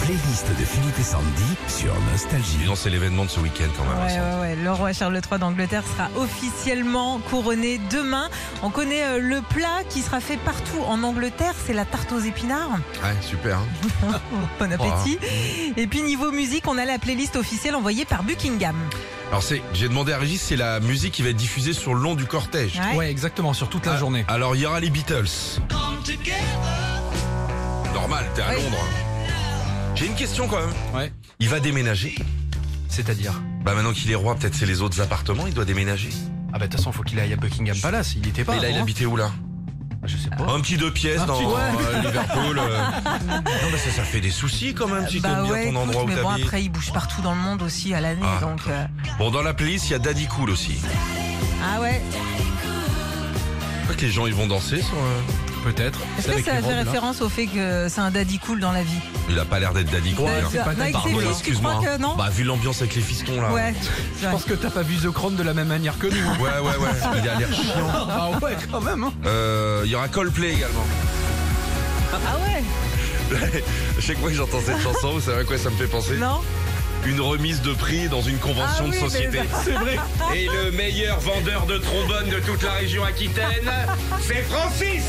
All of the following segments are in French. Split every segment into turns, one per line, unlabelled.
playlist de Philippe et Sandy sur Nostalgie.
Disons, c'est l'événement de ce week-end quand même. hein,
Ouais,
ça.
ouais, ouais. Le roi Charles III d'Angleterre sera officiellement couronné demain. On connaît euh, le plat qui sera fait partout en Angleterre, c'est la tarte aux épinards.
Ouais, super. hein.
Bon appétit. Et puis niveau musique, on a la playlist officielle envoyée par Buckingham.
Alors, c'est, j'ai demandé à Régis, c'est la musique qui va être diffusée sur le long du cortège.
Ouais.
Ouais, exactement, sur
Ah.
toute la journée.
Alors, il y aura les Beatles. Normal, t'es à
Oui.
Londres. hein. J'ai une question quand même.
Ouais.
Il va déménager
C'est-à-dire
Bah, maintenant qu'il est roi, peut-être c'est les autres appartements, il doit déménager.
Ah bah de toute façon, faut qu'il aille à Buckingham Palace, il y était pas.
Mais là, il Oh,
avant.
habitait où là
Ah, Je sais pas.
Un petit deux pièces
Un
dans
petit- ouais.
euh, Liverpool. euh. Non, mais ça, ça fait des soucis quand même si
bah
t'aimes
ouais,
Ah, bien ton
écoute,
endroit où
mais bon
t'habites.
après il bouge partout dans le monde aussi à l'année,
Ah,
donc euh,
Bon, dans la playlist, il y a Daddy Cool aussi.
ah ouais.
Je crois que les gens ils vont danser sur. euh,
Peut-être.
Est-ce
C'est
que
avec
ça
les hein.
fait
robes, là.
référence au fait que c'est un daddy cool dans la vie Bah,
Il a pas l'air d'être Daddy Cool.
Ouais,
hein.
c'est pas
Mike,
Daddy
c'est
Cool,
lui, tu
excuse-moi.
crois
hein.
que non
Bah, euh, vu l'ambiance avec les fistons là.
Ouais.
Je pense que t'as pas vu The Crown de la même manière que nous.
Ouais, ouais, ouais. Il a l'air chiant.
ah ouais, quand même. hein.
Euh, Il y aura Coldplay également.
Ah ouais.
Chaque fois que j'entends cette chanson, vous savez à quoi ça me fait penser
Non.
Une remise de prix dans une convention
Ah oui,
de société.
C'est vrai.
Et le meilleur vendeur de trombones de toute la région Aquitaine, c'est Francis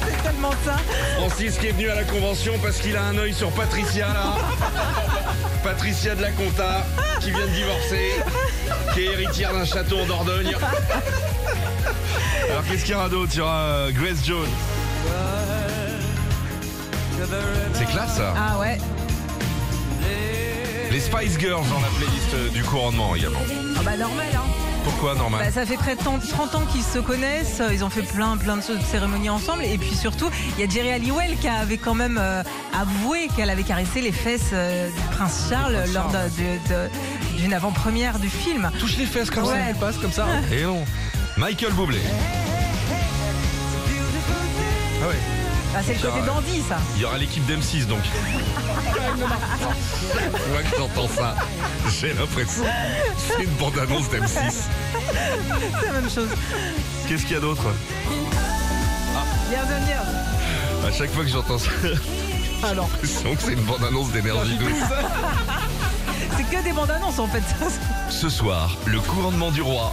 C'est tellement ça.
Francis qui est venu à la convention parce qu'il a un œil sur Patricia là. Patricia de la Conta, qui vient de divorcer, qui est héritière d'un château en Dordogne. Alors qu'est-ce qu'il y aura d'autre Il y aura euh, Grace Jones. C'est classe ça
Ah ouais.
Les Spice Girls dans la playlist euh, du couronnement également.
Ah bah normal hein.
Pourquoi normal
Bah, ça fait près de 30 30 ans qu'ils se connaissent, euh, ils ont fait plein plein de cérémonies ensemble et puis surtout il y a Jerry Halliwell qui avait quand même euh, avoué qu'elle avait caressé les fesses euh, du prince Charles lors de- de- de- d'une avant-première du film.
Touche les fesses comme
Ouais.
Elle passe comme ça.
ça. Et Eh non. Michael Bublé. Ah ouais.
Ah, c'est le côté
Jerry.
dandy ça.
Il y aura l'équipe d'M6 donc. Moi que j'entends ça, j'ai l'impression que c'est une bande-annonce d'M6.
C'est la même chose.
Qu'est-ce qu'il y a d'autre
Bienvenue.
À chaque fois que j'entends ça,
Alors,
j'ai l'impression que c'est une bande-annonce d'énergie douce.
C'est que des bandes annonces en fait.
Ce soir, le couronnement du roi.